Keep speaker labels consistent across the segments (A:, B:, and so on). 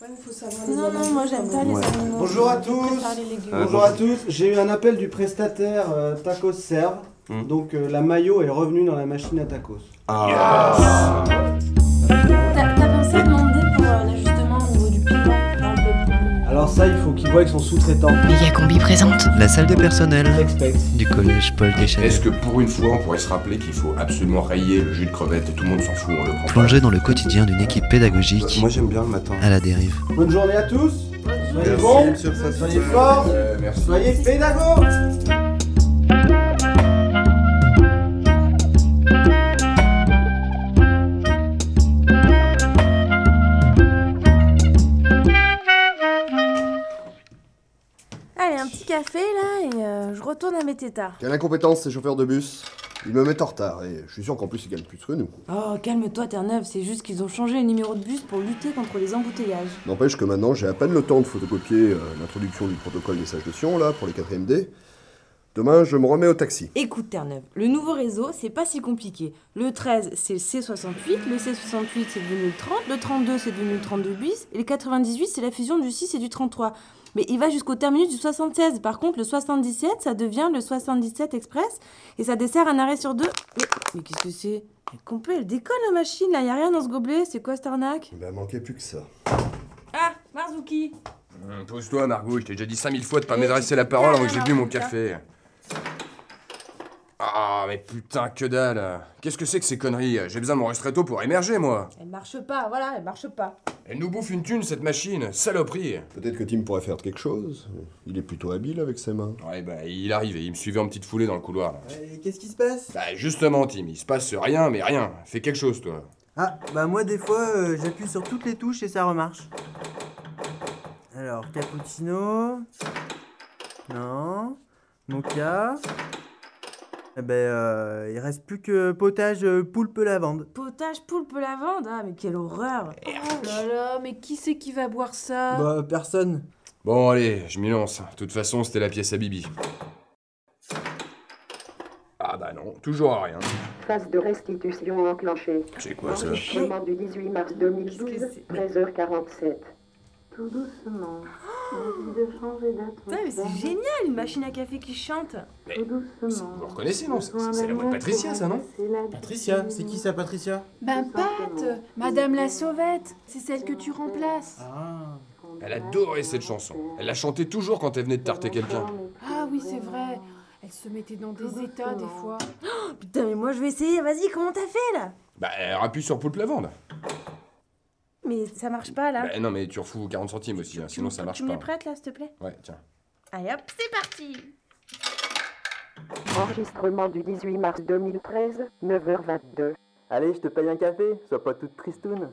A: Ouais, mais faut savoir les
B: Non, non,
A: allergies
B: moi j'aime
A: quand
B: pas
A: même.
B: les animaux.
C: Bonjour à
B: Je
C: tous.
B: préfère les légumes.
D: Euh,
C: Bonjour à tous, j'ai eu un appel du prestataire euh, Tacos Serve.
D: Hmm.
C: Donc euh, la maillot est revenue dans la machine à tacos.
D: Ah.
B: T'as t'as pensé à demander pour euh, l'ajustement au niveau du piment dans le piment
C: Alors ça, il faut qu'il voit avec son sous-traitant.
E: Megacombi présente
F: La salle de personnel
C: Expect.
F: du collège Paul Deschanel.
D: Est-ce que pour une fois, on pourrait se rappeler qu'il faut absolument rayer le jus de crevette et tout le monde s'en fout, on le prend pas
F: Plongé dans le quotidien d'une équipe pédagogique
D: Moi j'aime bien le matin.
F: à la dérive.
C: Bonne journée à tous. Soyez
D: Merci,
C: bons,
D: monsieur
C: soyez forts,
D: merci.
C: soyez pédagogues.
G: Allez, un petit café là et euh, je retourne à mes tétards.
H: Quelle incompétence ces chauffeurs de bus Ils me mettent en retard et je suis sûr qu'en plus ils gagnent plus que nous.
G: Oh, calme-toi, Terre-Neuve, c'est juste qu'ils ont changé le numéro de bus pour lutter contre les embouteillages.
H: N'empêche que maintenant j'ai à peine le temps de photocopier euh, l'introduction du protocole message de Sion là pour les 4ème D. Demain je me remets au taxi.
G: Écoute, Terre-Neuve, le nouveau réseau, c'est pas si compliqué. Le 13, c'est le C68, le C68, c'est devenu le 30, le 32, c'est devenu le 32 bis, et le 98, c'est la fusion du 6 et du 33. Mais il va jusqu'au terminus du 76. Par contre, le 77, ça devient le 77 Express, et ça dessert un arrêt sur deux. Mais, mais qu'est-ce que c'est Elle est complète, elle déconne la machine, là, y a rien dans ce gobelet, c'est quoi cette arnaque
H: Il m'a manqué plus que ça.
G: Ah, Marzuki
D: Hum, Pose-toi Margot, je t'ai déjà dit 5000 fois de pas m'adresser la parole avant que j'ai bu mon café. Ah mais putain que dalle Qu'est-ce que c'est que ces conneries J'ai besoin de mon restretto pour émerger moi
G: Elle marche pas, voilà, elle marche pas.
D: Elle nous bouffe une thune cette machine, saloperie
H: Peut-être que Tim pourrait faire quelque chose. Il est plutôt habile avec ses mains.
D: Ouais bah il arrive et il me suivait en petite foulée dans le couloir là.
I: Et qu'est-ce qui se passe
D: Bah justement Tim, il se passe rien mais rien. Fais quelque chose toi.
I: Ah, bah moi des fois euh, j'appuie sur toutes les touches et ça remarche. Alors, cappuccino. Non. Mocha. Eh ben, euh, il reste plus que potage euh, poulpe lavande.
G: Potage poulpe lavande, ah mais quelle horreur
B: Oh là là, mais qui c'est qui va boire ça
I: Bah, personne.
D: Bon allez, je m'y lance. De toute façon, c'était la pièce à Bibi. Ah bah non, toujours à rien.
J: Phase de restitution enclenchée.
D: C'est quoi ça
J: Enregistrement du 18 mars
G: Qu'est-ce
J: 2012,
G: que c'est
J: 13h47.
K: Tout doucement. Envie de changer
G: Putain, mais c'est
K: d'atmosphère.
G: génial, une machine à café qui chante
K: Tout
D: C'est-
K: doucement.
D: Vous reconnaissez non C'est
K: Besoin
D: c'est la voix de
K: d'amour
D: Patricia
K: pour
D: ça non
K: abaisser la
I: Patricia,
K: destinée.
I: c'est qui ça, Patricia
B: Ben Pat, Madame la Sauvette, c'est celle que tu remplaces.
I: Ah.
D: Elle adorait cette chanson. Elle la chantait toujours quand elle venait de tarter quelqu'un.
B: Ah oui, c'est vrai. Elle se mettait dans des états des fois.
G: Putain, mais moi je vais essayer, vas-y, comment t'as fait là
D: Bah elle rappuie sur poulpe lavande.
G: Mais ça marche pas là
D: Bah non mais tu refous 40 centimes aussi, hein,
G: Tu
D: sinon
G: me-
D: ça marche
G: Tu me
D: pas.
G: les prêtes là, s'il te plaît
D: Ouais tiens.
G: Allez hop
J: Enregistrement du 18 mars 2013, 9h22.
I: Allez, je te paye un café, sois pas toute tristoune.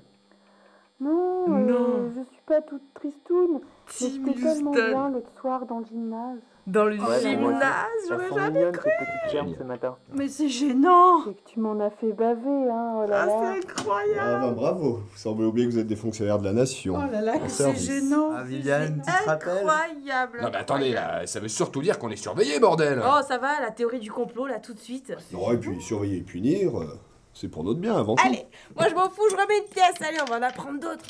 K: Non, euh,
G: Non.
K: je suis pas toute tristoune. Mais C'était tellement
B: euh,
K: bien l'autre soir dans le gymnase.
G: Dans le
I: Ouais,
G: gymnase, j'aurais jamais...
I: cru. petite germe ce matin.
B: Mais c'est gênant
K: Et que tu m'en as fait baver, hein. Oh là
B: Ah,
K: là.
B: c'est incroyable
H: Ah ben bravo, vous semblez oublier que vous êtes des fonctionnaires de la nation.
B: Oh là là,
H: En
B: que c'est
H: service.
B: gênant
I: Ah, Viviane, tu te rappelles bah,
G: Incroyable
D: Non mais attendez là, ça veut surtout dire qu'on est surveillé bordel.
G: Oh, ça va, la théorie du complot là, tout de suite
I: Bah,
H: Non, et puis surveiller et punir, euh, c'est pour notre bien avant tout.
G: Allez, moi je m'en fous, je remets une pièce, allez, on va en apprendre d'autres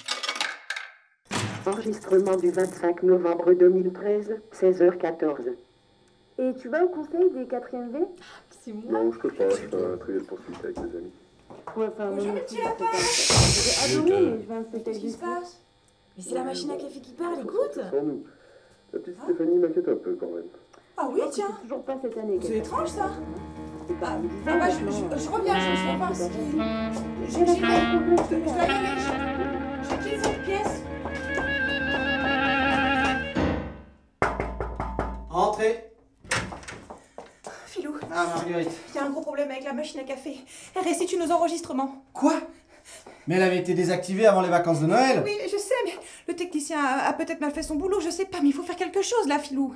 J: Enregistrement du 25 novembre 2013, 16h14.
K: Et tu vas au conseil des 4ème V
G: C'est moi
H: Non, je peux pas, je peux très bien poursuivre avec mes amis.
K: Ouais, enfin,
B: Mais
K: moi
B: je
K: non
B: me
K: plus,
B: tire
K: je sais pas. J'ai adoré,
D: euh,
K: mais je vais un peu
B: Qu'est-ce qui
K: t'aiguiser.
B: se passe
G: Mais c'est la machine à café qui parle, écoute
H: nous. La petite Stéphanie m'inquiète un peu quand même.
B: Ah oui, tiens
K: Toujours pas cette année.
B: C'est étrange ça
K: C'est pas
B: Ah
K: bizarre,
B: bah, je,
K: maintenant.
B: je- je reviens, je, je vais voir ce qui. Je, j'y vais. Je dois y aller, je- je quitte cette pièce.
I: Entrez.
A: Filou,
I: Ah, Marguerite.
A: il y a un gros problème avec la machine à café. Elle restitue nos enregistrements.
I: Quoi Mais elle avait été désactivée avant les vacances de Noël
A: Oui, je sais, mais le technicien a, a peut-être mal fait son boulot, je sais pas, mais il faut faire quelque chose là, Filou.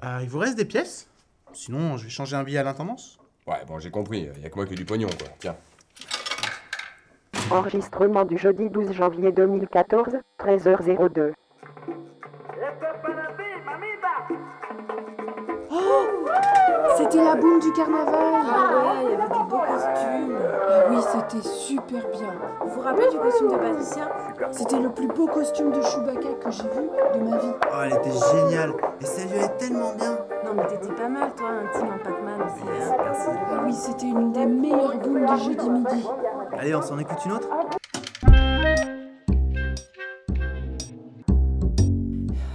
I: Ah, il vous reste des pièces Sinon, je vais changer un billet à l'intendance.
D: Ouais bon j'ai compris, y a que moi qui ai du pognon quoi. Tiens.
J: Enregistrement du jeudi 12 janvier 2014, 13h02.
G: C'est
L: C'était la boum du carnaval.
B: Ah ouais, il y avait des beaux costumes. Ah oui, c'était super bien. Vous vous rappelez du costume de Patricia
L: C'était le plus beau costume de Chewbacca que j'ai vu de ma vie.
M: Oh, elle était géniale. Et ça lui allait tellement bien.
B: Non, mais t'étais pas mal, toi, un team en Pac-Man aussi. hein.
M: Merci.
L: Ah oui, c'était une des meilleures boules du jeudi midi.
M: Allez, on s'en écoute une autre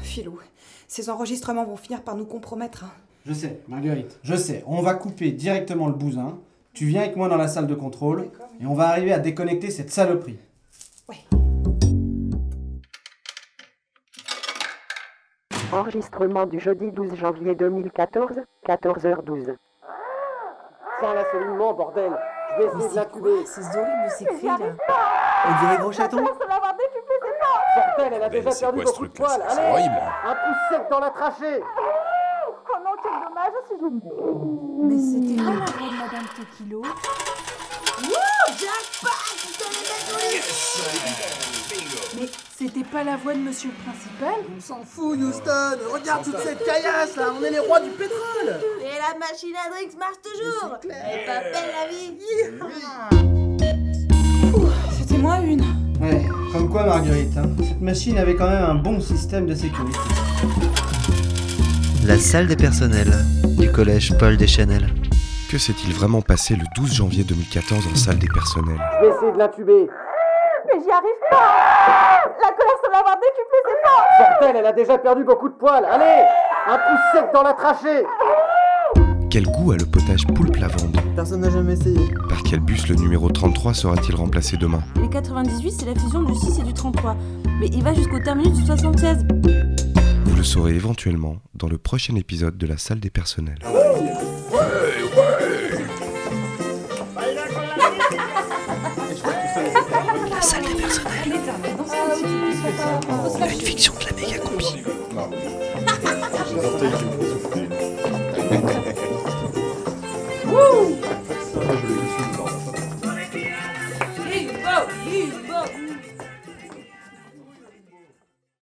G: Philou, ces enregistrements vont finir par nous compromettre. hein.
I: Je sais, Marguerite, je sais. On va couper directement le bousin. Tu viens avec moi dans la salle de contrôle et on va arriver à déconnecter cette saloperie.
N: Enregistrement du jeudi 12 janvier 2014, 14h12.
J: Sans l'assolement, bordel Je vais
B: Mais
J: essayer de
B: c'est
J: l'incuber
B: quoi ces horribles ces cris là
M: On dirait gros chaton
J: Bordel, elle a déjà
D: c'est
J: perdu
D: quoi ce
J: beaucoup de
D: truc-là
J: poils
D: C'est
J: Allez
D: horrible hein.
J: Un coup sec dans la trachée
B: Mais c'était pas la voix de Madame Tokilo. Mais c'était pas la voix de Monsieur le Principal
M: On s'en fout, Houston Regarde Ah, toute cette caillasse, là On est les rois du pétrole
B: Et la machine à drinks marche toujours Elle pas belle la vie
G: C'était moins une.
I: Ouais, comme quoi Marguerite, hein, cette machine avait quand même un bon système de sécurité.
O: La salle des personnels du collège Paul Deschanel.
F: Que s'est-il vraiment passé le 12 janvier 2014 en salle des personnels
J: Je vais essayer de l'intuber
L: Mais j'y arrive pas La colère semble avoir décuplé ses forces
J: Bordel, elle a déjà perdu beaucoup de poils Allez Un coup sec dans la trachée
F: Quel goût a le potage poulpe lavande
M: Personne n'a jamais essayé.
F: Par quel bus le numéro 33 sera-t-il remplacé demain
B: Et le 98, c'est la fusion du 6 et du 33. Mais il va jusqu'au terminus du 76.
F: Vous le saurez éventuellement dans le prochain épisode de la salle des personnels.
O: La salle des personnels,
G: Allez, t'as dans ce petit
O: une fiction de la méga compie.
H: Ah, je l'ai su, pardon.